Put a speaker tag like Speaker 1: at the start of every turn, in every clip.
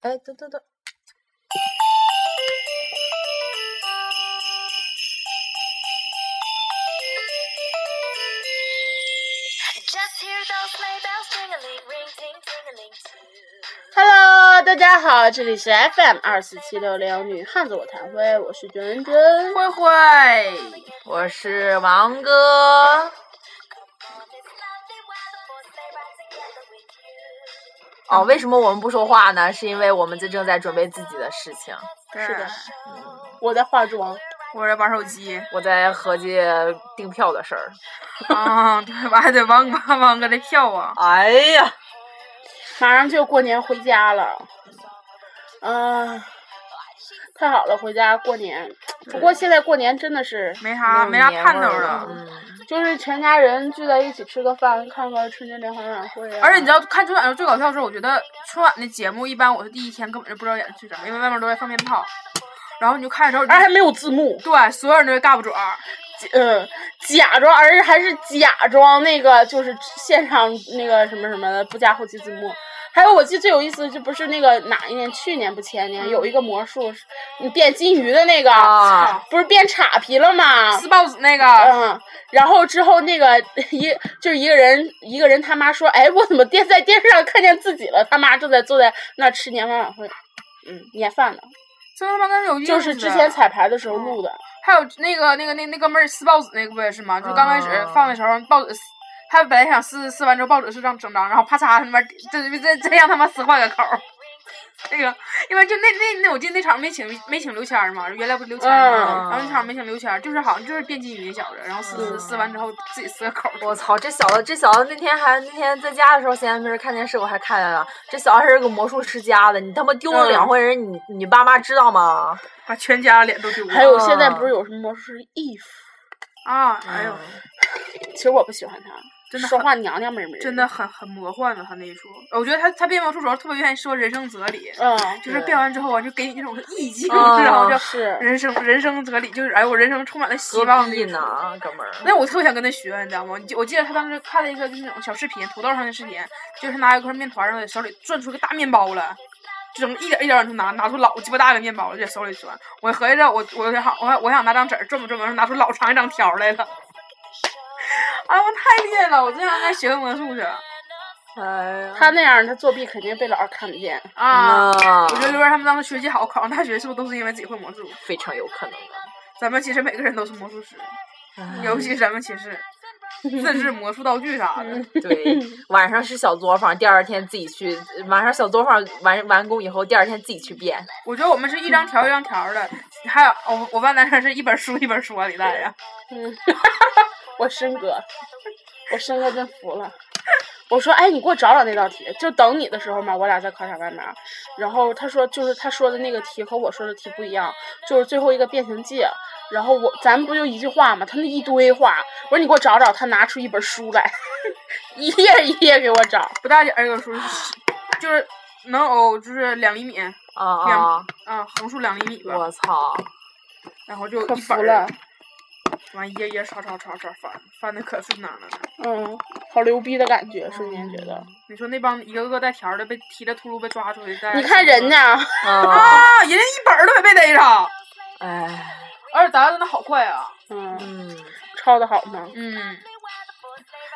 Speaker 1: 哎，等等等，
Speaker 2: Just hear those sleigh bells ringling, ring ting tingling too.
Speaker 3: Hello，大家好，这里是 FM 二四七六零女汉子我谭辉，我是娟娟。
Speaker 1: 慧慧，我是王哥。
Speaker 2: All this lovely weather for sleigh ride together with you.
Speaker 1: 哦，为什么我们不说话呢？是因为我们这正在准备自己的事情。
Speaker 3: 是的，我在化妆。
Speaker 4: 我在玩手机
Speaker 1: 我在合计订票的事儿。
Speaker 4: 啊，对，我还得汪哥汪哥的票啊，
Speaker 1: 哎呀，
Speaker 3: 马上就过年回家了，嗯、太好了，回家过年。不过现在过年真的是，
Speaker 4: 没啥没啥看头了。
Speaker 1: 嗯，
Speaker 3: 就是全家人聚在一起吃个饭，看个春节联欢晚会啊。
Speaker 4: 而且你知道看春晚最搞笑的是，我觉得春晚的节目一般我是第一天根本就不知道演的是什么，因为外面都在放鞭炮，然后你就看的时候，
Speaker 3: 而且还没有字幕，
Speaker 4: 对，所有人都在嘎巴爪儿，
Speaker 3: 嗯，假装，而且还是假装那个就是现场那个什么什么的，不加后期字幕。还有我记得最有意思的就不是那个哪一年，去年不前
Speaker 4: 嗯
Speaker 3: 年有一个魔术，是你变金鱼的那个，
Speaker 1: 啊
Speaker 3: 不是变岔皮了吗
Speaker 4: 撕？报纸那个，
Speaker 3: 嗯，然后之后那个一就是一个人一个人他妈说，哎，我怎么电在电视上看见自己了？他妈正在坐在那儿吃年饭晚会，嗯，年饭呢，
Speaker 4: 这他妈跟有意思
Speaker 3: 就是之前彩排的时候录的。
Speaker 4: 还有那个那个那那哥们儿撕报纸那个不也是吗？就刚开始
Speaker 1: 啊
Speaker 4: 放的时候，报纸撕他本来想撕撕完之后报纸是这样整张，然后啪嚓他妈这这这让他妈撕坏个口儿。 那个，因为就那那那，我记得那场没请没请刘谦儿嘛，原来不是刘谦儿
Speaker 1: 嗯
Speaker 4: 嘛，然后那场没请刘谦儿，就是好像就是变金鱼那小子，然后撕
Speaker 1: 嗯
Speaker 4: 撕撕完之后自己撕个口儿。
Speaker 1: 我操，这小子，这小子那天还那天在家的时候闲着没事看电视，我还看见了。这小子还是个魔术世家的，你他妈丢了
Speaker 4: 嗯
Speaker 1: 两回人，你你爸妈知道吗？
Speaker 4: 把全家脸都丢了。
Speaker 3: 还有现
Speaker 4: 哦
Speaker 3: 在不是有什么魔术师 if，
Speaker 4: 啊，哎呦，
Speaker 1: 嗯
Speaker 3: 其实我不喜欢他，
Speaker 4: 真的
Speaker 3: 说
Speaker 4: 很
Speaker 3: 话娘娘们儿，
Speaker 4: 真的，很很魔幻的他那一出，我觉得他他变魔术时候特别愿意说人生哲理，
Speaker 3: 嗯，
Speaker 4: 就是
Speaker 1: 对
Speaker 4: 变完之后啊，就给你一种意境，
Speaker 1: 啊
Speaker 4: 然后就。
Speaker 3: 是，
Speaker 4: 人生人生哲理就是，哎，我人生充满了希
Speaker 1: 何
Speaker 4: 望
Speaker 1: 必
Speaker 4: 那种。
Speaker 1: 呢，哥们儿？
Speaker 4: 那我特别想跟他学，你知道吗？我记我记得他当时看了一个就是那种小视频，土豆上的视频，就是拿一块面团儿，然后手里攥出一个大面包来，就整一点一点往出拿，拿出老鸡巴大个面包了，在手里攥。我合计着我我想我想我想拿张纸儿转吧转吧，拿出老长一张条儿来了。 哎，我太厉害了！我真想再学个魔术去
Speaker 1: 哎呀，
Speaker 3: 他那样他作弊肯定被老师看见，
Speaker 4: 啊！
Speaker 1: 嗯
Speaker 4: 我觉得刘源他们当时学习好，考上大学是不是都是因为自己会魔术？
Speaker 1: 非常有可能的。
Speaker 4: 咱们其实每个人都是魔术师。
Speaker 1: 哎
Speaker 4: 尤其咱们寝 室，自制魔术道具啥的，
Speaker 3: 嗯
Speaker 1: 对，晚上是小作坊，第二天自己去。晚上小作坊完完工以后，第二天自己去变。
Speaker 4: 我觉得我们是一张条一张条的，还有我我班男生是一本书一本书啊往里带呀。
Speaker 3: 嗯，我申哥，我申哥真服了。我说，哎，你给我找找那道题，就等你的时候嘛，我俩在考场外面儿。然后他说，就是他说的那个题和我说的题不一样，就是最后一个变形记。然后我，咱们不就一句话嘛，他那一堆话。我说你给我找找，他拿出一本书来， 一页一页给 我找。
Speaker 4: 不大点儿一本书，就是能有就是两厘米，啊、
Speaker 1: 啊啊！
Speaker 4: 横竖两厘米吧，
Speaker 1: 我操！
Speaker 4: 然后就
Speaker 3: 可
Speaker 4: 一
Speaker 3: 服
Speaker 4: 本
Speaker 3: 了
Speaker 4: 儿，，完一页一页抄抄抄抄翻，翻的可顺当了呢。
Speaker 3: 嗯，好牛逼的感觉，瞬间觉得。
Speaker 4: 你说那帮一个个带条的被提着秃噜被抓出去，带
Speaker 3: 你看人家，
Speaker 1: 啊，
Speaker 4: 啊，人家一本儿都没被逮着，
Speaker 1: 哎，
Speaker 4: 而且答案真的好快啊。
Speaker 3: 嗯，
Speaker 1: 嗯，
Speaker 3: 抄的好吗？
Speaker 4: 嗯，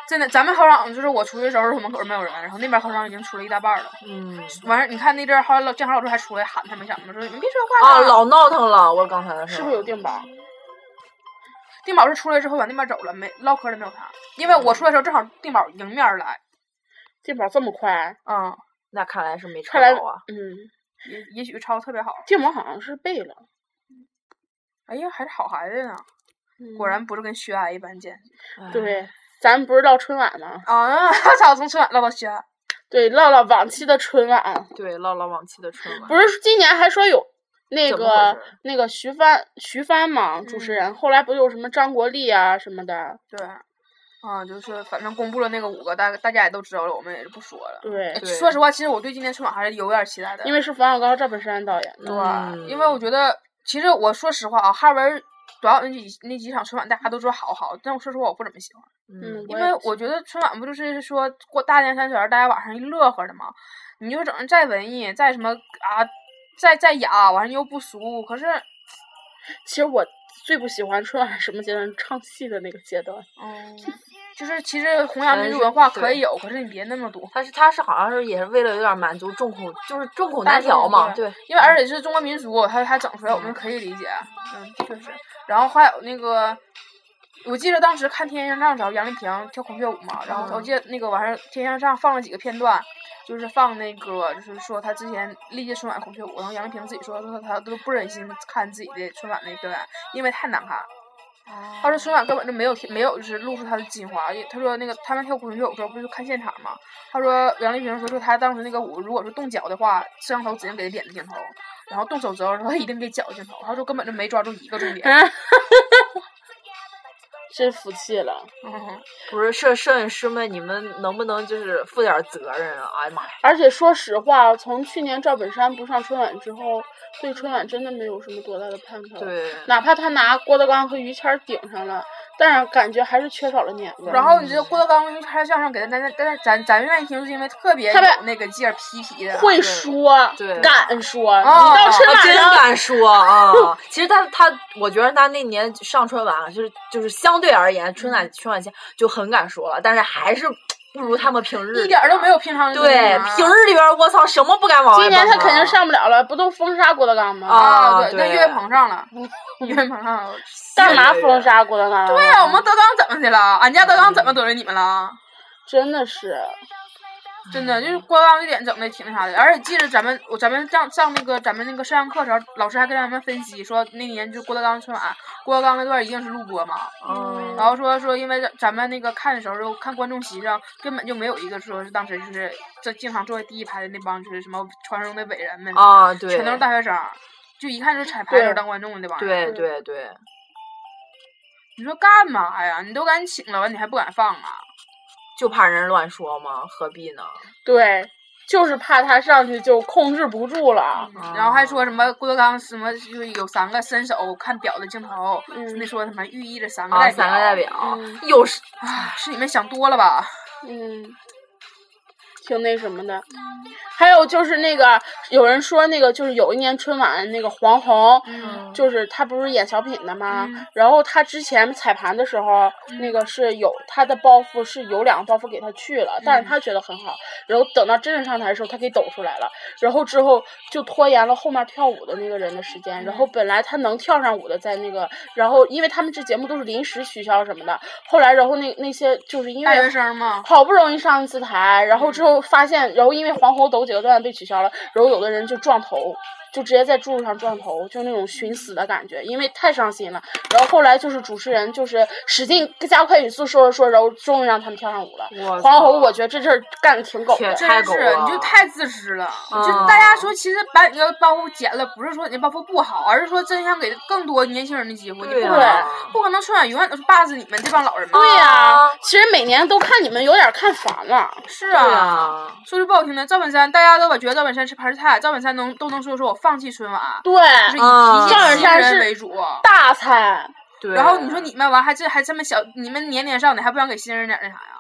Speaker 4: 真的，咱们考场就是我出去的时候，门口没有人，然后那边考场已经出了一大半了。
Speaker 1: 嗯，
Speaker 4: 完事儿，你看那阵儿，好像老监考老师还出来喊他们，想他们说你们别说话
Speaker 1: 啊，
Speaker 4: 了。
Speaker 1: 老闹腾了，我刚才的时
Speaker 3: 是
Speaker 1: 候
Speaker 3: 不是有定宝？
Speaker 4: 定宝是出来之后往那边走了，没唠嗑的没有他，因为我出来的时候正好定宝迎面来，
Speaker 3: 定宝这么快？
Speaker 4: 嗯，
Speaker 1: 那看来是没抄
Speaker 3: 看来
Speaker 1: 到啊。，
Speaker 3: 嗯，
Speaker 4: 也也许抄得特别好。
Speaker 3: 定宝好像是背了。
Speaker 4: 哎呀，还是好孩子呢，
Speaker 3: 嗯
Speaker 4: 果然不是跟薛安一般见
Speaker 1: 哎，
Speaker 3: 对，咱们不是唠春晚吗？
Speaker 4: 啊！ 我操，从春晚唠到薛安，
Speaker 3: 对，唠唠往期的春晚，
Speaker 1: 对，唠唠往期的春晚。
Speaker 3: 不是今年还说有那
Speaker 1: 怎么
Speaker 3: 个
Speaker 1: 回事嗯
Speaker 3: 那个徐帆徐帆嘛，主持人，后来不有什么张国立啊什么的，
Speaker 4: 对，啊，就是反正公布了那个五个，大大家也都知道了，我们也就不说了。
Speaker 3: 对，
Speaker 1: 对
Speaker 4: 说实话，其实我对今年春晚还是有点期待的，
Speaker 3: 因为是冯小刚、赵本山导演的，
Speaker 4: 对，
Speaker 1: 嗯
Speaker 4: 因为我觉得，其实我说实话啊，哈文短小那几那几场春晚，大家都说好好，但我说实话，我不怎么喜欢，
Speaker 1: 嗯
Speaker 3: 嗯，
Speaker 4: 因
Speaker 3: 也
Speaker 4: 为我觉得春晚不就是说过大年三十儿，大家晚上一乐呵的嘛。你就整的再文艺，再什么啊，再再雅，完了又不俗，可是，
Speaker 3: 其实我最不喜欢春晚什么阶段，唱戏的那个阶 段。
Speaker 4: 嗯，就是其实弘扬民族文化可以有，可是你别那么多。
Speaker 1: 他是他是好像是也是为了有点满足众口，就是众口难调嘛，
Speaker 4: 大
Speaker 1: 对
Speaker 4: 众，因为而且是中国民族，他他整出来我们可以理解，嗯，确实。然后还有那个，我记得当时看《天天向上》找杨丽萍跳孔雀舞嘛，然后我
Speaker 1: 嗯
Speaker 4: 记得那个晚上《天天向上》放了几个片段，就是放那个就是说他之前历届春晚孔雀舞，然后杨丽萍自己说说她都不忍心看自己的春晚那个表演，因为太难看了。他说春晚根本就没有没有就是露出他的精华，因为他说那个他们跳古筝舞的时候不是看现场嘛，他说杨丽萍说说他当时那个舞如果是动脚的话，摄像头只能给他脸的镜头，然后动手指头的时候他一定给脚的镜头，他说根本就没抓住一个重点。
Speaker 3: 真服气了。
Speaker 4: 嗯，
Speaker 1: 不是摄摄影师们，你们能不能就是负点责任啊？哎呀妈呀，
Speaker 3: 而且说实话，从去年赵本山不上春晚之后，对春晚真的没有什么多大的盼头。，
Speaker 1: 对，
Speaker 3: 哪怕他拿郭德纲和于谦儿顶上了，但是感觉还是缺少了年味儿。
Speaker 4: 然后你这郭德纲因为他相声给他咱咱咱咱咱愿意听，是因为特别
Speaker 3: 特别
Speaker 4: 有那个劲儿皮皮的。
Speaker 3: 会说，
Speaker 1: 啊对
Speaker 3: 敢说，你
Speaker 4: 哦
Speaker 3: 到春
Speaker 1: 他真
Speaker 3: 晚上
Speaker 1: 敢说啊！ 其实他他，我觉得他那年上春晚啊，就是就是相对而言，春
Speaker 4: 嗯
Speaker 1: 晚春晚前就很敢说了，但是还是不如他们平日
Speaker 4: 一点儿都没有平常的那
Speaker 1: 对
Speaker 4: 种啊
Speaker 1: 平日里边儿，我操，什么不敢往外
Speaker 3: 今年他
Speaker 1: 蹦啊
Speaker 3: 肯定上不了了，不都封杀郭德纲吗？
Speaker 1: 啊
Speaker 4: 啊，对，
Speaker 1: 对
Speaker 4: 那岳鹏上了，岳鹏上了。
Speaker 3: 干嘛
Speaker 1: 对对对啊
Speaker 3: 封杀郭德纲？啊
Speaker 4: 对啊呀、我们德纲怎么的了？俺家德纲怎么得罪你们了？
Speaker 3: 真的是，
Speaker 4: 真的就是郭德纲这点整的挺那啥的，而且记得咱们我咱们上上那个咱们那个摄像课时候，老师还跟咱们分析说，那年就郭德纲春晚，郭德纲那段一定是录播嘛。
Speaker 1: 嗯
Speaker 4: 然后说说，因为咱咱们那个看的时候，就看观众席上根本就没有一个说是当时就是这经常坐在第一排的那帮就是什么传说中的伟人们，
Speaker 1: 啊，对，
Speaker 4: 全都是大学生，就一看就是彩排的时候当观众的那帮
Speaker 1: 对
Speaker 4: 人。
Speaker 1: 对
Speaker 4: 嗯
Speaker 1: 对，
Speaker 4: 你说干嘛呀？你都敢请了，完你还不敢放啊？
Speaker 1: 就怕人乱说嘛，何必呢？
Speaker 3: 对，就是怕他上去就控制不住了。
Speaker 4: 然后还说什么郭德纲什么就是有三个伸手看表的镜头，
Speaker 3: 嗯
Speaker 4: 那说什么寓意着三个
Speaker 1: 啊，
Speaker 4: 代表，
Speaker 1: 三个代表
Speaker 3: 嗯，
Speaker 1: 有时
Speaker 4: 啊，是你们想多了吧？
Speaker 3: 嗯，挺那什么的。还有就是那个，有人说那个就是有一年春晚那个黄宏，
Speaker 4: 嗯
Speaker 3: 就是他不是演小品的吗？
Speaker 4: 嗯
Speaker 3: 然后他之前彩盘的时候，那个是有他的包袱是有两个包袱给他去了，但
Speaker 4: 嗯
Speaker 3: 是他觉得很好。然后等到真正上台的时候，他给抖出来了，然后之后就拖延了后面跳舞的那个人的时
Speaker 4: 嗯
Speaker 3: 间。然后本来他能跳上舞的，在那个，然后因为他们这节目都是临时取消什么的，后来然后那那些就是因
Speaker 4: 大学
Speaker 3: 为
Speaker 4: 生嘛，
Speaker 3: 好不容易上一次台，然后之后发现，然后因为黄喉抖几个段被取消了，然后有的人就撞头，就直接在柱子上撞头，就那种寻死的感觉，因为太伤心了。然后后来就是主持人就是使劲加快语速说着说，然后终于让他们跳上舞了。
Speaker 1: 我
Speaker 3: 黄
Speaker 1: 操
Speaker 3: 喉，我觉得这事儿干的挺狗
Speaker 1: 嗯天
Speaker 3: 的。
Speaker 4: 真
Speaker 1: 太狗
Speaker 4: 是
Speaker 1: 了
Speaker 4: 你就太自私了。
Speaker 1: 嗯
Speaker 4: 就大家说，其实把你那个包袱剪了，不是说你那包袱不好，而是说真想给更多年轻人的机会，你
Speaker 1: 对
Speaker 4: 不可能
Speaker 1: 啊，
Speaker 4: 不可能春晚永远都是霸着你们这帮老人们。
Speaker 3: 对呀、
Speaker 1: 啊
Speaker 3: 其实每年都看你们有点看烦了。
Speaker 4: 是
Speaker 1: 对
Speaker 4: 啊。
Speaker 1: 啊，
Speaker 4: 说句不好听的，赵本山，大家都把觉得赵本山是盘菜，赵本山能都能说说我放弃春晚，
Speaker 3: 对，
Speaker 4: 就是以
Speaker 1: 啊
Speaker 4: 提
Speaker 1: 赵
Speaker 4: 携
Speaker 1: 本
Speaker 4: 新
Speaker 3: 山
Speaker 4: 人
Speaker 3: 是
Speaker 4: 为主。
Speaker 3: 大菜。
Speaker 1: 对。
Speaker 4: 啊然后你说你们完还这还这么小，你们年年少，你还不想给新人点那啥呀？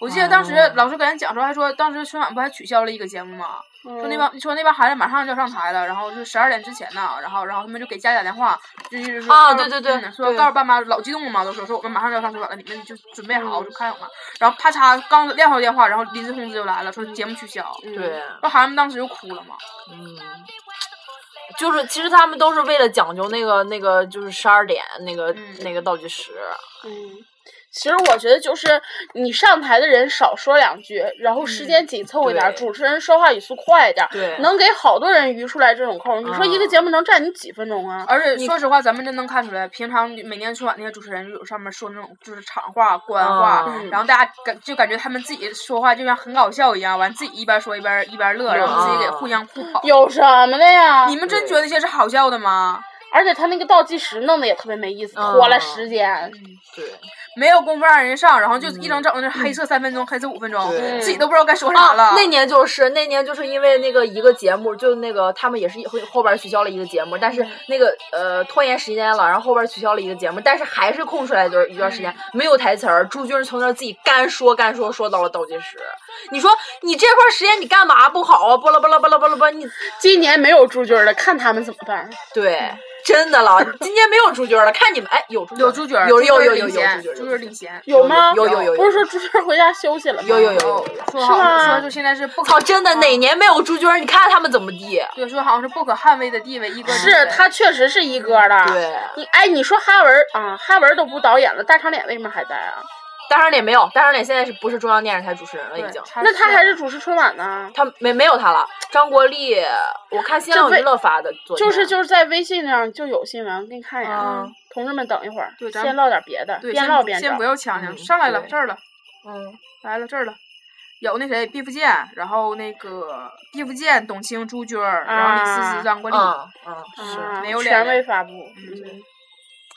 Speaker 4: 我记得当时
Speaker 1: 哦
Speaker 4: 老师给咱讲说，还说当时春晚不还取消了一个节目吗？说那
Speaker 3: 嗯
Speaker 4: 帮说那帮孩子马上就要上台了，然后就十二点之前呢，然后然后他们就给家里打电话，就是说
Speaker 1: 啊
Speaker 4: 告诉
Speaker 1: 对对对
Speaker 4: 嗯说
Speaker 1: 对
Speaker 4: 告诉爸妈老激动了嘛，都说说我们马上就要上春晚了，你们就准备
Speaker 1: 嗯
Speaker 4: 好就开始嘛。然后啪嚓刚撂好电话，然后临时通知就来了，说节目取消，
Speaker 1: 对，
Speaker 4: 那孩子们当时就哭了嘛。
Speaker 1: 嗯，就是其实他们都是为了讲究那个那个，就是十二点那个、
Speaker 4: 嗯
Speaker 1: 那个倒计时，
Speaker 3: 嗯，其实我觉得就是你上台的人少说两句，然后时间紧凑一点，
Speaker 1: 嗯对
Speaker 3: 主持人说话语速快一点，
Speaker 1: 对
Speaker 3: 能给好多人余出来这种空儿。你说一个
Speaker 1: 嗯
Speaker 3: 节目能占你几分钟啊？
Speaker 4: 而且说实话，咱们真能看出来，平常每年春晚那些主持人就有上面说那种就是场话、官话，
Speaker 1: 嗯
Speaker 4: 然后大家感就感觉他们自己说话就像很搞笑一样，完自己一边说一边一边乐，然后自己给互相互跑。
Speaker 3: 有什么的呀
Speaker 4: 你？们真觉得这些是好笑的吗？
Speaker 3: 而且他那个倒计时弄得也特别没意思，
Speaker 1: 嗯
Speaker 3: 拖了时间。
Speaker 1: 对，
Speaker 4: 没有功夫让人上，然后就一整整那黑色三分钟，黑色五分钟，
Speaker 1: 对
Speaker 4: 自己都不知道该说啥了。
Speaker 1: 啊，那年就是那年就是因为那个一个节目，就那个他们也是后后边取消了一个节目，但
Speaker 4: 嗯
Speaker 1: 是那个呃拖延时间了，然后后边取消了一个节目，但是还是空出来一段一段时间，
Speaker 4: 嗯
Speaker 1: 没有台词儿，朱军从那儿自己干说干说说到了倒计时，你说你这块儿时间你干嘛不好啊？巴拉巴拉巴拉巴拉巴拉，你
Speaker 3: 今年没有朱军儿了，看他们怎么办。
Speaker 1: 对。真的了，今年没有朱军了，看你们，哎，有朱
Speaker 4: 嗯有朱
Speaker 1: 军
Speaker 4: 角，
Speaker 1: 有有有
Speaker 4: 有
Speaker 1: 有有
Speaker 4: 有
Speaker 1: 朱军
Speaker 4: 朱角
Speaker 1: 儿
Speaker 4: 领先。
Speaker 3: 有吗？
Speaker 1: 有有有有
Speaker 3: 不是说朱军儿回家休息了吗？
Speaker 1: 有有有有
Speaker 4: 哦
Speaker 1: 有，有
Speaker 4: 说好
Speaker 3: 是吗
Speaker 4: 说就现在是不可
Speaker 1: 操，真的哪年没有朱军儿？你看他们怎么地？
Speaker 4: 对说好像是不可捍卫的地位，一哥
Speaker 3: 是他确实是一哥的。
Speaker 1: 对，
Speaker 3: 你哎，你说哈文儿啊，哈文儿都不导演了，大长脸为什么还在啊？
Speaker 1: 大长脸没有，大长脸现在是不是中央电视台主持人了？已经，
Speaker 3: 那他还是主持春晚呢？
Speaker 1: 他没没有他了。张国立，我看新浪
Speaker 3: 这
Speaker 1: 娱
Speaker 3: 为
Speaker 1: 乐发的，昨天
Speaker 4: 嗯
Speaker 3: 就是就是在微信上就有新闻，给你看一眼。
Speaker 1: 嗯
Speaker 3: 同志们，等一会儿，
Speaker 4: 啊对咱
Speaker 3: 先唠点别的，
Speaker 4: 对
Speaker 3: 边
Speaker 4: 先
Speaker 3: 唠
Speaker 4: 不
Speaker 3: 边
Speaker 4: 先
Speaker 3: 找
Speaker 4: 不。要呛呛，
Speaker 1: 嗯
Speaker 4: 上来了
Speaker 1: 对
Speaker 4: 这儿了
Speaker 1: 嗯，
Speaker 4: 来了这儿了。有那谁毕福剑，然后那个毕福剑、董卿、朱军儿，然后李思
Speaker 3: 啊
Speaker 4: 思、张国立，
Speaker 1: 嗯嗯
Speaker 3: 啊
Speaker 1: 是，
Speaker 4: 没有脸
Speaker 3: 权
Speaker 4: 了
Speaker 3: 威发布。
Speaker 4: 嗯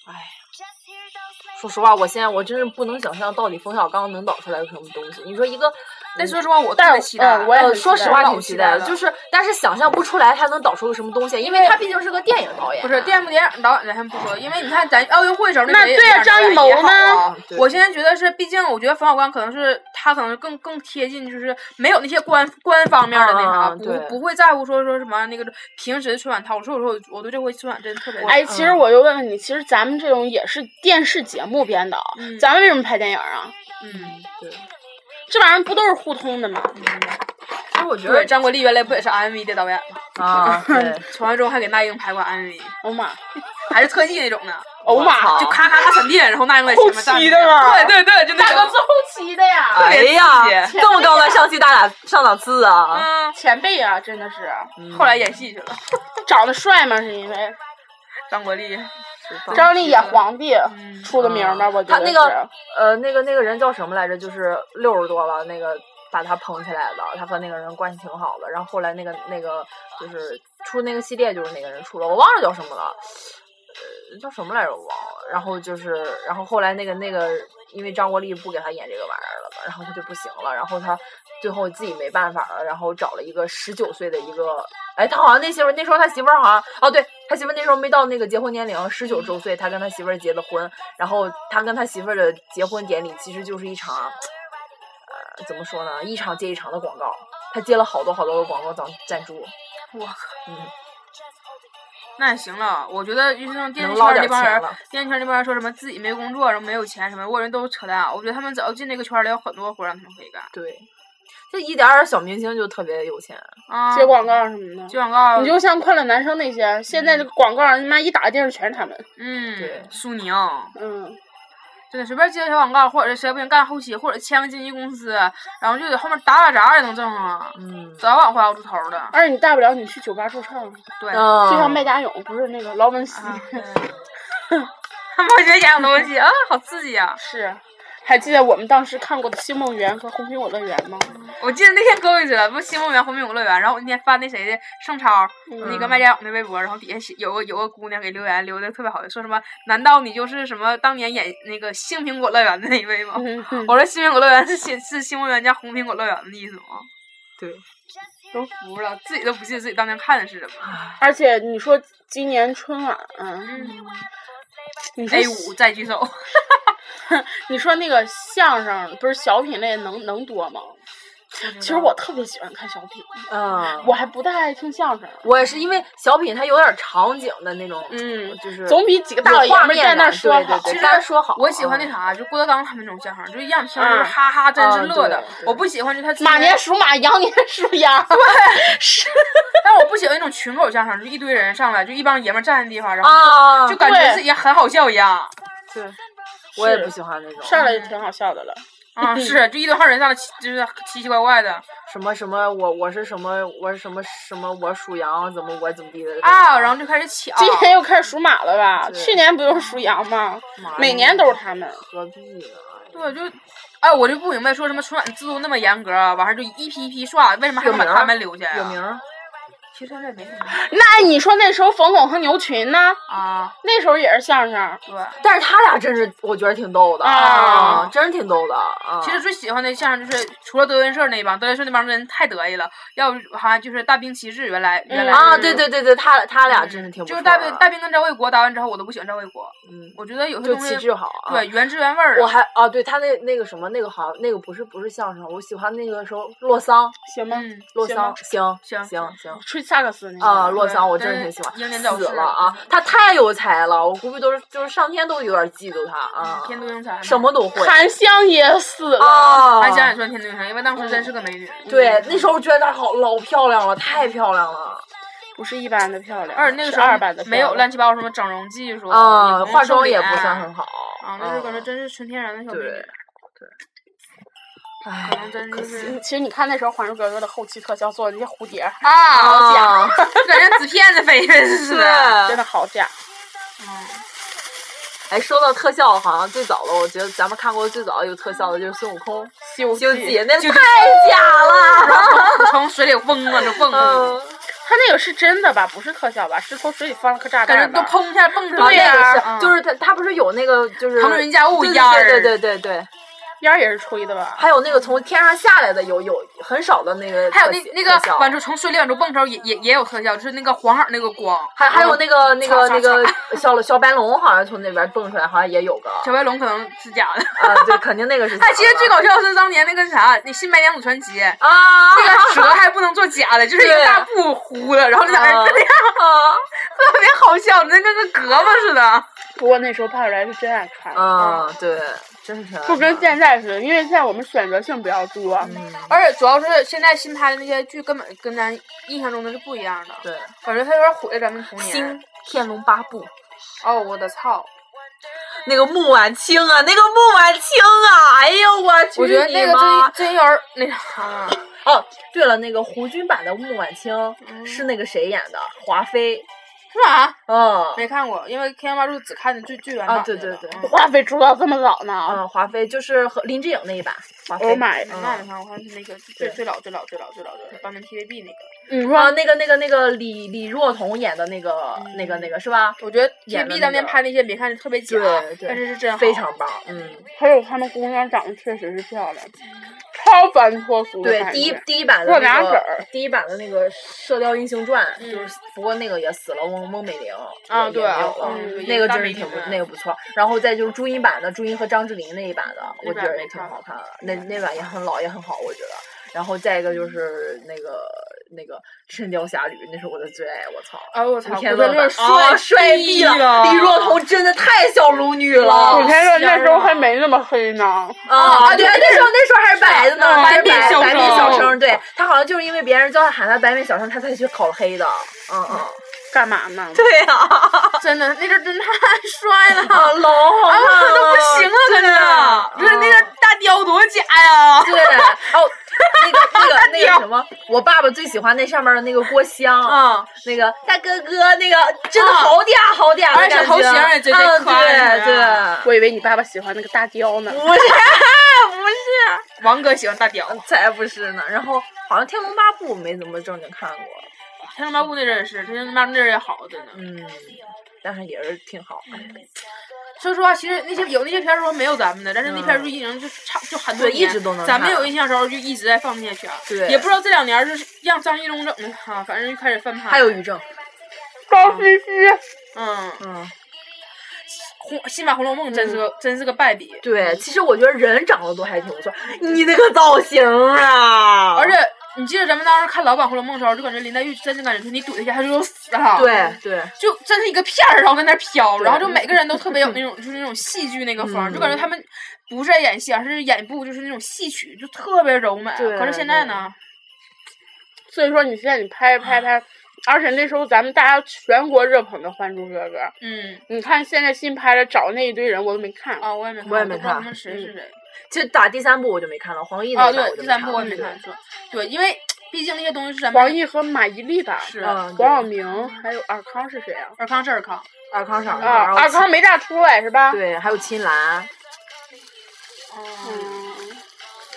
Speaker 1: 哎，
Speaker 2: Just hear those
Speaker 1: 说实话，我现在我真是不能想象到底冯小刚能导出来个什么东西。你说一个，
Speaker 4: 但说实话，我特
Speaker 3: 但
Speaker 4: 别期待
Speaker 3: 嗯。我也
Speaker 1: 呃，
Speaker 3: 很
Speaker 1: 说
Speaker 3: 期
Speaker 1: 实
Speaker 3: 待
Speaker 1: 话
Speaker 4: 老
Speaker 1: 挺
Speaker 4: 期
Speaker 1: 期
Speaker 4: 待
Speaker 1: 待的，
Speaker 4: 了
Speaker 1: 就是但是想象不出来他能导出个什么东西，因为他毕竟是个电影导演，啊
Speaker 4: 不是 电幕电影导演咱先不说，因为你看咱奥运会时候
Speaker 3: 那
Speaker 4: 谁
Speaker 3: 对啊
Speaker 4: 也
Speaker 3: 张艺谋
Speaker 4: 也好啊
Speaker 1: 呢对
Speaker 4: 我现在觉得是，毕竟我觉得冯小刚可能是他可能是更更贴近，就是没有那些官官方面的那啥，
Speaker 1: 啊对
Speaker 4: 不不会在乎说说什么那个平时春晚套路。所以我说我我对这回春晚真的特别嗯
Speaker 3: 哎，其实我就问问你，其实咱们这种也是电视节目编导，
Speaker 4: 嗯
Speaker 3: 咱们为什么拍电影啊？
Speaker 4: 嗯，
Speaker 1: 对。
Speaker 3: 这玩意儿不都是互通的吗？
Speaker 1: 其实我觉
Speaker 4: 对，
Speaker 1: 得
Speaker 4: 张国立原来不也是 MV 的导演吗？
Speaker 1: 啊，对，
Speaker 4: 传说中还给那英拍过 MV，
Speaker 3: 哦妈，
Speaker 4: 还是特技那种呢，
Speaker 1: 操
Speaker 3: 哦妈，
Speaker 4: 就咔咔咔闪电，然后那英在前
Speaker 3: 后
Speaker 4: 面站
Speaker 3: 期
Speaker 4: 着。
Speaker 3: 的嘛，
Speaker 4: 对对对，就那种。
Speaker 3: 后期的呀
Speaker 1: 哎
Speaker 4: 别
Speaker 1: 呀，
Speaker 4: 刺
Speaker 1: 这么高端上气大档上档次啊！
Speaker 4: 嗯，
Speaker 3: 前辈啊，真的是
Speaker 4: 后来演戏去了，
Speaker 3: 长得帅嘛，是因为
Speaker 4: 张国立。
Speaker 1: 知道
Speaker 3: 张力演皇帝
Speaker 4: 嗯
Speaker 3: 出的名儿吧？
Speaker 1: 啊
Speaker 3: 我觉
Speaker 1: 他
Speaker 3: 得
Speaker 1: 那个呃，那个那个人叫什么来着？就是六十多了，那个把他捧起来的，他和那个人关系挺好的。然后后来那个那个就是出那个系列，就是那个人出了，我忘了叫什么了，呃，叫什么来着？我忘了。然后就是，然后后来那个那个，因为张国立不给他演这个玩意儿了嘛，然后他就不行了，然后他。最后自己没办法了，然后找了一个十九岁的一个，哎，他好像那媳妇儿那时候他媳妇儿好像哦，对他媳妇儿那时候没到那个结婚年龄，十九周岁，他跟他媳妇儿结的婚，然后他跟他媳妇儿的结婚典礼其实就是一场，呃，怎么说呢，一场接一场的广告，他接了好多好多的广告赞赞助，
Speaker 4: 我靠。
Speaker 1: 嗯，
Speaker 4: 那也行了，我觉得就是那种电视
Speaker 1: 能
Speaker 4: 圈
Speaker 1: 捞
Speaker 4: 儿那
Speaker 1: 点
Speaker 4: 帮
Speaker 1: 钱
Speaker 4: 人
Speaker 1: 了，
Speaker 4: 电视圈儿那帮人说什么自己没工作，然后没有钱什么，我人都是扯淡。啊我觉得他们只要进这个圈儿里，有很多活儿让他们可以干
Speaker 1: 对，这一点儿小明星就特别有钱，
Speaker 4: 啊。
Speaker 3: 接广告什么的。
Speaker 4: 接广告，
Speaker 3: 你就像快乐男生那些，现在这个广告他妈一打电视全是他们，
Speaker 1: 对
Speaker 4: 嗯，苏宁
Speaker 3: 嗯，
Speaker 4: 真的随便接个小广告，或者是谁不行干后期，或者签个经纪公司，然后就在后面打打杂也能挣啊，
Speaker 1: 嗯，
Speaker 4: 早晚会熬出头的。
Speaker 3: 而且你大不了你去酒吧驻唱，
Speaker 4: 对，啊，
Speaker 1: 就
Speaker 3: 就像麦家勇不是那个劳文斯、
Speaker 1: 啊
Speaker 4: 对 他们会觉得演东西啊，好刺激啊！
Speaker 3: 是，还记得我们当时看过的《星梦园》和《红苹果乐园》吗？
Speaker 4: 我记得那天勾回去了，不是新公园、红苹果乐园，然后我那天翻那谁的盛超那个
Speaker 1: 嗯
Speaker 4: 卖家勇的微博，然后底下写有个有个姑娘给留言留的特别好的，说什么难道你就是什么当年演那个新苹果乐园的那一位吗？
Speaker 3: 嗯哼
Speaker 4: 我说新苹果乐园是新是新公园加红苹果乐园的意思吗？
Speaker 1: 对，
Speaker 4: 都服了，自己都不信自己当年看的是什么。
Speaker 3: 而且你说今年春晚，
Speaker 4: 嗯
Speaker 3: 你
Speaker 1: 哎
Speaker 3: 说
Speaker 4: ，A 五再举手，
Speaker 3: 你说那个相声不是小品类能能多吗？其实我特别喜欢看小品，
Speaker 1: 嗯，
Speaker 3: 我还不太爱听相声。
Speaker 1: 我也是因为小品它有点场景的那种，
Speaker 3: 嗯
Speaker 1: 就是
Speaker 3: 总比几个大老
Speaker 1: 有画
Speaker 3: 爷们儿
Speaker 1: 面
Speaker 3: 在那儿
Speaker 1: 的
Speaker 3: 说
Speaker 1: 对对
Speaker 3: 好。
Speaker 1: 对
Speaker 4: 其实
Speaker 1: 大家说好
Speaker 4: 我喜欢
Speaker 1: 嗯
Speaker 4: 那啊啥，就郭德纲他们那种相声，就是一让你听着就是
Speaker 3: 嗯
Speaker 4: 哈哈，真是
Speaker 1: 嗯
Speaker 4: 乐的
Speaker 1: 对。对
Speaker 4: 我不喜欢就他自己
Speaker 3: 马年属马，羊年属羊。 是，
Speaker 4: 但我不喜欢那种群口相声，就一堆人上来，就一帮爷们儿站的地方，然后
Speaker 1: 啊
Speaker 4: 就，感觉
Speaker 3: 对
Speaker 4: 自己很好笑 一样。
Speaker 1: 对，我也
Speaker 3: 是
Speaker 1: 不喜欢那种
Speaker 3: 上来就挺好笑的了。
Speaker 4: 啊，是，就一堆号人上来，奇就是奇奇怪怪的
Speaker 1: 什么什么我我是什么我是什么什么我属羊怎么我怎么地的
Speaker 4: 啊，然后就开始抢。
Speaker 3: 今年又开始属马了吧？
Speaker 1: 对
Speaker 3: 去年不就是属羊
Speaker 4: 嗯
Speaker 3: 吗？
Speaker 1: 妈呀
Speaker 3: 每年都是他们。
Speaker 1: 何必呢？
Speaker 4: 对，就，哎，我就不明白，啊说什么春晚制度那么严格，完事儿就一批一批刷，为什么还
Speaker 1: 有
Speaker 4: 能把
Speaker 1: 名儿
Speaker 4: 他们留下呀？
Speaker 1: 有名儿
Speaker 4: 其实这也没什么
Speaker 3: 那你说那时候冯巩和牛群呢？
Speaker 4: 啊，
Speaker 3: 那时候也是相声，
Speaker 4: 对。
Speaker 1: 但是他俩真是我觉得挺逗的
Speaker 3: 啊
Speaker 1: 真是挺逗的啊。
Speaker 4: 其实最喜欢的相声就是除了德云社那帮，德云社那帮人太得意了，要不好像就是大兵旗帜，原来原来
Speaker 3: 嗯
Speaker 1: 啊，
Speaker 4: 是
Speaker 1: 对对对对，他他俩
Speaker 4: 嗯
Speaker 1: 真是挺不
Speaker 4: 就
Speaker 1: 错
Speaker 4: 是
Speaker 1: 的。
Speaker 4: 大兵大兵跟张卫国打完之后，我都不喜欢张卫国，
Speaker 1: 嗯，
Speaker 4: 我觉得有些
Speaker 1: 就
Speaker 4: 东西
Speaker 1: 气质好啊。
Speaker 4: 对，原汁原味儿
Speaker 1: 我
Speaker 4: 的。
Speaker 1: 还啊，对他那那个什么那个好像那个不是不是相声，我喜欢那个时候洛桑
Speaker 3: 行吗？
Speaker 4: 嗯，
Speaker 1: 洛
Speaker 3: 行吗
Speaker 1: 桑，行
Speaker 4: 行
Speaker 1: 行行
Speaker 3: 吹萨克斯那个嗯
Speaker 1: 啊，
Speaker 4: 对
Speaker 1: 洛桑我真
Speaker 4: 但
Speaker 1: 是
Speaker 4: 是
Speaker 1: 挺喜欢，
Speaker 4: 英年早
Speaker 1: 死
Speaker 4: 逝嗯
Speaker 1: 了啊，他太有才了，我估计都是就是上天都有点嫉妒他啊，
Speaker 4: 天妒英才。
Speaker 1: 什？么都会
Speaker 3: 韩香也死了，
Speaker 1: 啊，
Speaker 4: 还想想说天妒英才，因为当时真是个美女。嗯
Speaker 1: 对，那时候觉得她好老漂亮了，太漂亮了
Speaker 3: 不是一般的漂亮，
Speaker 4: 而且那个
Speaker 3: 是
Speaker 4: 时候
Speaker 3: 二般的漂
Speaker 4: 没有
Speaker 3: 亮
Speaker 4: 乱七八糟什么整容技术
Speaker 1: 啊，
Speaker 4: 也不用
Speaker 1: 化妆
Speaker 4: 瘦
Speaker 1: 也
Speaker 4: 脸
Speaker 1: 不算很好嗯
Speaker 4: 啊，那时候感觉真是纯天然的小美
Speaker 1: 对
Speaker 4: 女，
Speaker 1: 唉
Speaker 4: 可能真就是
Speaker 3: 嗯其实你看那时候《还珠格格》的后期特效做的那些蝴蝶儿，
Speaker 4: 啊，
Speaker 1: 啊，
Speaker 4: 感觉纸片子飞的 似的。
Speaker 3: 真的好假。
Speaker 1: 哎，说到特效，好像最早的，我觉得咱们看过最早的有特效的就是孙悟空
Speaker 3: 《西游
Speaker 1: 《西游记》，那
Speaker 4: 就
Speaker 1: 太假 了。
Speaker 4: 从水里嗡啊，就蹦啊，
Speaker 1: 嗯，
Speaker 3: 它那个是真的吧？不是特效吧？是从水里放了颗炸弹
Speaker 4: 感
Speaker 3: 吧，
Speaker 4: 觉都砰一下蹦出
Speaker 1: 啊，
Speaker 4: 来
Speaker 1: 那
Speaker 4: 了。
Speaker 1: 个
Speaker 4: 嗯
Speaker 1: 是，就是他，他不是有那个就是
Speaker 4: 腾云驾雾
Speaker 1: 对
Speaker 4: 一样儿
Speaker 1: 对对对对对，
Speaker 3: 烟儿也是吹的吧？
Speaker 1: 还有那个从天上下来的有有很少的那个特效，
Speaker 4: 还有那那个
Speaker 1: 特效
Speaker 4: 往出从水里往出蹦的时候也也也有特效，就是那个黄色那个光。
Speaker 1: 还还有那个那个
Speaker 4: 擦
Speaker 1: 那个小小白龙，好像从那边蹦出来，好像也有个
Speaker 4: 小白龙可能是假的。
Speaker 1: 啊，对，肯定那个是假的。
Speaker 4: 哎，其实最搞笑的是当年那个啥，那《新白娘子传奇》，
Speaker 1: 啊，
Speaker 4: 那个蛇 还不能做假的，就是一个大布糊的，然后就在那
Speaker 1: 啊
Speaker 4: 儿那样，
Speaker 1: 啊
Speaker 4: 特别好笑，那跟个胳膊似的。
Speaker 3: 不过那时候《怕出来》是真爱看，
Speaker 4: 嗯
Speaker 1: 啊，对，真是
Speaker 3: 就跟现在似的，因为现在我们选择性比较多。
Speaker 1: 嗯
Speaker 4: 而且主要是现在新拍的那些剧根本跟咱印象中的是不一样的，
Speaker 1: 对。
Speaker 4: 感觉它有点毁了咱们童
Speaker 1: 新
Speaker 4: 年。
Speaker 1: 《天龙八部》
Speaker 4: 哦，我的操！
Speaker 1: 那个穆婉清啊，那个穆婉清啊，哎呦我去！
Speaker 4: 我觉得
Speaker 1: 你
Speaker 4: 那个
Speaker 1: 妈
Speaker 4: 真真有点那 啥，
Speaker 1: 哦，对了，那个胡军版的穆婉清是那个谁演的？华妃。
Speaker 4: 是吧？
Speaker 1: 嗯
Speaker 4: 没看过，因为《天龙八部》只看的最最原版
Speaker 1: 啊，
Speaker 4: 的
Speaker 1: 对
Speaker 4: 了。
Speaker 1: 对对，
Speaker 4: 嗯
Speaker 3: 话费出道这么早
Speaker 4: 啊
Speaker 3: 呢？，Oh
Speaker 1: 嗯，华妃就是和林志颖那一版。华妃
Speaker 3: 我妈呀！
Speaker 4: 嗯那没看过，我看是那个最
Speaker 1: 对
Speaker 4: 最老最老最老最老的，当年 TVB 那个。
Speaker 3: 你
Speaker 1: 啊，
Speaker 3: 说
Speaker 1: 那个那个那个李李若彤演的那个、那个那个是吧？
Speaker 4: 我觉得
Speaker 1: 演的
Speaker 4: TVB
Speaker 1: 那
Speaker 4: 当年
Speaker 1: 个
Speaker 4: 拍那些，别看特别假
Speaker 1: 对，对
Speaker 4: 但是是真好
Speaker 1: 非常棒，嗯，
Speaker 3: 还有他们姑娘长得确实是漂亮，
Speaker 4: 啊
Speaker 3: 超凡脱俗的
Speaker 1: 对，
Speaker 3: 感
Speaker 1: 第一
Speaker 3: 觉
Speaker 1: 第一版的
Speaker 3: 做
Speaker 1: 那
Speaker 3: 俩子
Speaker 1: 个
Speaker 3: 儿
Speaker 1: 第一版的那个《射雕英雄传》，
Speaker 4: 嗯
Speaker 1: 就是不过那个也死了翁翁美玲
Speaker 4: 啊
Speaker 1: 也
Speaker 4: 对
Speaker 1: 也
Speaker 4: 啊
Speaker 1: 没有了，
Speaker 3: 嗯
Speaker 1: 那个真是挺
Speaker 4: 挺
Speaker 1: 不那个不错。然后再就是朱茵版的，朱茵和张智霖那一版的，
Speaker 4: 那
Speaker 1: 我觉
Speaker 4: 版
Speaker 1: 得
Speaker 4: 没
Speaker 1: 也挺
Speaker 4: 看
Speaker 1: 好看的，那那版也很老也很好，我觉得。然后再一个
Speaker 4: 嗯
Speaker 1: 就是那个那个《神雕侠侣》，那是我的最爱，我操！
Speaker 4: 哎我操，
Speaker 1: 古
Speaker 4: 古
Speaker 1: 天
Speaker 4: 天
Speaker 1: 乐
Speaker 4: 乐
Speaker 1: 啊帅
Speaker 4: 毙
Speaker 1: 了，李若彤真的太小龙女了
Speaker 3: 古天乐那
Speaker 4: 仙
Speaker 3: 时候
Speaker 4: 儿啊
Speaker 3: 还没那么黑呢，
Speaker 1: 啊！对，那时候那时候还是白的呢，
Speaker 3: 啊
Speaker 1: 白
Speaker 4: 白面
Speaker 1: 白
Speaker 4: 小
Speaker 1: 白面
Speaker 4: 生
Speaker 1: 小生，对他好像就是因为别人叫他喊他白面小生，他才去考黑的。嗯 嗯，
Speaker 3: 干嘛呢？
Speaker 1: 对
Speaker 4: 啊
Speaker 1: 呀，
Speaker 4: 真的那阵儿真太帅了，
Speaker 1: 啊，老好
Speaker 4: 啊
Speaker 1: 看
Speaker 4: 我 都不行了，真的，啊不是那个大雕多假呀！
Speaker 1: 对，哦，那个那 个那个什么，我爸爸最喜欢那上面的那个郭襄，
Speaker 4: 啊，
Speaker 1: 那个大哥哥，那个真的好嗲好嗲的
Speaker 4: 而且
Speaker 1: 感觉，
Speaker 4: 头型儿也贼贼
Speaker 1: 嗯
Speaker 4: 可爱
Speaker 1: 对
Speaker 4: 呀
Speaker 1: 对，
Speaker 3: 我以为你爸爸喜欢那个大雕
Speaker 4: 嗯
Speaker 3: 呢。
Speaker 1: 不是。
Speaker 4: 不 是，啊王哥喜欢大雕，《啊
Speaker 1: 才不是呢。然后好像《天龙八部》没怎么正经看过，
Speaker 4: 天龙八部》那阵儿也是，《天龙八部》那阵儿也好，真的。
Speaker 1: 嗯，但是也是挺好看
Speaker 4: 嗯
Speaker 1: 的。
Speaker 4: 说实话，其实那些有那些片儿时候没有咱们的，但是那片儿就已经就差就很
Speaker 1: 嗯
Speaker 4: 多
Speaker 1: 对
Speaker 4: 年
Speaker 1: 一直都能
Speaker 4: 咱们
Speaker 1: 看
Speaker 4: 有印象的时候就一直在放那些片儿，
Speaker 1: 对
Speaker 4: 也不知道这两年就是让张纪中整的哈，反正就开始翻拍。
Speaker 1: 还有于正，
Speaker 3: 高希希，
Speaker 4: 嗯，
Speaker 1: 嗯，
Speaker 4: 红新版《红楼梦》真是个、真是个败笔，
Speaker 1: 对，其实我觉得人长得都还挺不错，你那个造型啊，
Speaker 4: 而且。你记得咱们当时看老版《红楼梦》的时候，就感觉林黛玉真的感觉说你怼她一下，她就要死了。，
Speaker 1: 对对，
Speaker 4: 就真是一个片儿，然后在那儿飘，
Speaker 1: 对
Speaker 4: 然后就每个人都特别 有那种就是那种戏剧那个风儿，
Speaker 1: 嗯
Speaker 4: 就感觉他们不是在演戏，而是演一部就是那种戏曲，就特别柔美。
Speaker 1: 对
Speaker 4: 可是现在呢，
Speaker 3: 所以说你现在你拍拍拍，
Speaker 4: 啊
Speaker 3: 而且那时候咱们大家全国热捧的《还珠格格》，
Speaker 4: 嗯
Speaker 3: 你看现在新拍的找那一堆人我都没看，
Speaker 4: 啊，我也没看，
Speaker 1: 我也没
Speaker 4: 都不知道
Speaker 1: 看嗯
Speaker 4: 他们谁是谁。
Speaker 1: 其实打第三部我就没看了，黄奕
Speaker 4: 啊，
Speaker 1: 那版
Speaker 4: 对，
Speaker 1: 我就
Speaker 4: 第
Speaker 1: 没
Speaker 4: 三
Speaker 1: 看
Speaker 4: 部我也没
Speaker 1: 了
Speaker 4: 看，对对，因为毕竟那些东西是咱们
Speaker 3: 黄奕和马伊琍吧，
Speaker 4: 是啊
Speaker 1: 嗯，对
Speaker 3: 黄晓明还有尔康是谁啊？
Speaker 4: 尔康是尔康，
Speaker 1: 尔康上的，
Speaker 3: 啊，
Speaker 1: 然
Speaker 3: 尔
Speaker 1: 后
Speaker 3: 康没咋出来是吧？
Speaker 1: 秦对，还有秦岚，
Speaker 4: 嗯，
Speaker 3: 嗯，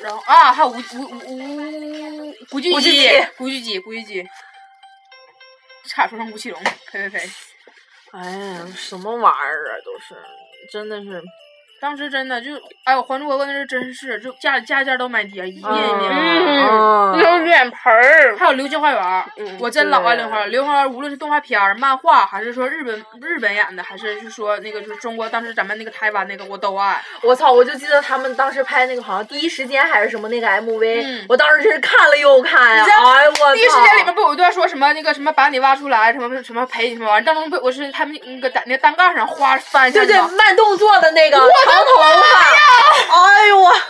Speaker 4: 然后啊，还有吴吴吴吴古巨
Speaker 1: 古巨
Speaker 4: 基
Speaker 1: 基，
Speaker 4: 古巨基，古巨基，差点说成吴奇隆，呸呸呸！
Speaker 1: 哎呀，什么玩意儿啊，都是，真的是，
Speaker 4: 当时真的就，哎呦，《还珠格格》那是真是，就家家家都买碟，一遍一遍买。
Speaker 1: 嗯
Speaker 3: 有脸盆儿，
Speaker 4: 还有《流星花园》
Speaker 3: 嗯
Speaker 4: 我真老爱《
Speaker 1: 对
Speaker 4: 流星花园》。《流星花园》无论是动画片儿、漫画，还是说日本日本演的，还是是说那个就是中国当时咱们那个台湾那个，我都爱。
Speaker 1: 我操！我就记得他们当时拍那个，好像第一时间还是什么那个 MV，、
Speaker 4: 嗯
Speaker 1: 我当时真是看了又看呀、
Speaker 4: 你知道
Speaker 1: 哎呦我操！
Speaker 4: 第一时间里面不有一段说什么那个什么把你挖出来，什么什么陪你什么玩意儿？当中不我是他们那个在那单杠上花翻一下
Speaker 1: 对对
Speaker 4: 吗
Speaker 1: 慢动作的那个长头发，哎呦我，
Speaker 4: 摔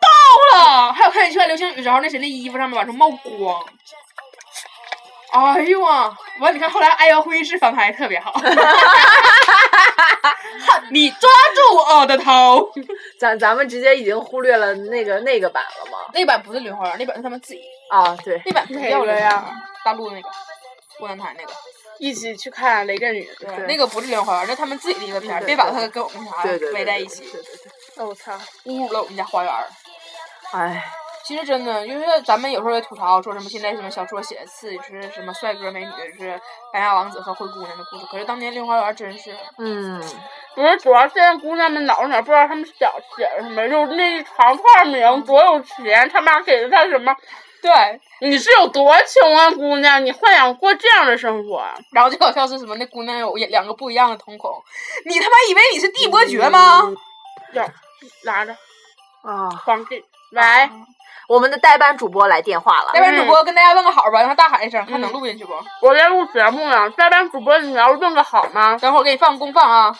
Speaker 4: 爆了！还有看你去看流星雨的时候，那谁的衣服上面往出冒光。哎呦啊！完，你看后来爱瑶会议室翻拍特别好。你抓住我的头。
Speaker 1: 咱咱们直接已经忽略了那个那个版了吗？
Speaker 4: 那版不是流花园，那版是他们自己，
Speaker 1: 啊，对，
Speaker 4: 那版不叫
Speaker 3: 哪
Speaker 4: 流
Speaker 3: 个呀
Speaker 4: 呀，大陆那个，湖南台那个，
Speaker 3: 一起去看《雷震宇》。
Speaker 1: 对
Speaker 4: 那个不是流花园，那他们自己的一个片儿，
Speaker 1: 嗯
Speaker 4: 别
Speaker 1: 对
Speaker 4: 把它跟我们啥
Speaker 1: 对对对，
Speaker 4: 围在一
Speaker 1: 对
Speaker 4: 起，
Speaker 1: 对对对，
Speaker 3: 哦我操！
Speaker 4: 侮辱了我们家花园儿。
Speaker 1: 哎，
Speaker 4: 其实真的，就是咱们有时候也吐槽说什么现在什么小说写的次，就是什么帅哥美女，就是白马王子和灰姑娘的故事。可是当年《流花园》真是，
Speaker 1: 嗯，
Speaker 3: 不是，主要现在姑娘们老哪儿不知道她们想写什么，就那一长串名多有钱，他妈给了她什么？
Speaker 4: 对，
Speaker 3: 你是有多穷啊，姑娘？你幻想过这样的生活？啊
Speaker 4: 然后最搞笑是什么？那姑娘有两个不一样的瞳孔，你他妈以为你是地伯爵吗？
Speaker 3: 要拿着
Speaker 1: 啊，
Speaker 3: 放这，喂，
Speaker 1: 我们的代班主播来电话了
Speaker 4: 来，，边主播跟大家问个好吧，让大喊一声，看能录进去不？
Speaker 3: 我在录节目呢。代班主播，你要问个好吗？
Speaker 4: 等会儿我给你放公放啊。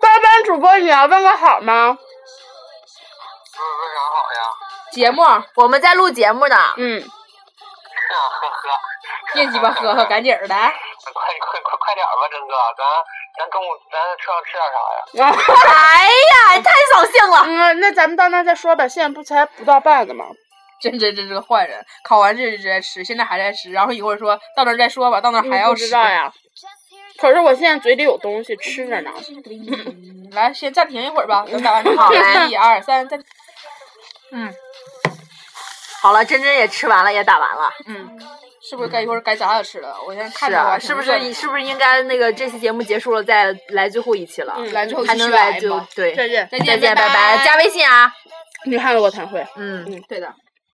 Speaker 3: 代班主播，你要问个好吗？
Speaker 5: 问啥嗯好呀？
Speaker 4: 节目，
Speaker 1: 我们在录节目呢，
Speaker 3: 嗯，
Speaker 5: 呵呵，
Speaker 4: 别鸡巴呵呵，赶紧儿的。啊
Speaker 5: 快快快快点儿吧，真哥，咱咱中午咱吃上吃点啥呀？
Speaker 3: 啊，
Speaker 1: 哎呀，你太扫兴了，
Speaker 3: 嗯，那咱们到那儿再说吧。现在不才不到半个吗？
Speaker 4: 真真真是个坏人，考完试就在吃，现在还在吃，然后一会儿说到那儿再说吧，到那儿还要
Speaker 3: 不
Speaker 4: 吃。
Speaker 3: 知道呀。可是我现在嘴里有东西，吃着呢。
Speaker 4: 嗯来，先暂停一会儿吧，等打 完电话，一二三，暂停。
Speaker 1: 好了，珍珍也吃完了，也打完了，
Speaker 4: 嗯，是不是该一会儿该咱俩吃了？我先看
Speaker 1: 是
Speaker 4: 着
Speaker 1: 啊，
Speaker 4: 吧，
Speaker 1: 是不是是不是应该那个这期节目结束了再来最后一期了？
Speaker 3: 嗯
Speaker 4: 来最后一
Speaker 1: 还
Speaker 4: 期
Speaker 1: 能
Speaker 4: 去
Speaker 1: 来
Speaker 4: 来
Speaker 1: 就
Speaker 4: 吧？
Speaker 1: 对，
Speaker 3: 再见。
Speaker 4: 再
Speaker 1: 再
Speaker 4: 见，
Speaker 1: 见，拜
Speaker 4: 拜
Speaker 1: 拜，加微信啊，
Speaker 3: 你看了我谈会。
Speaker 1: 嗯。
Speaker 4: 对的。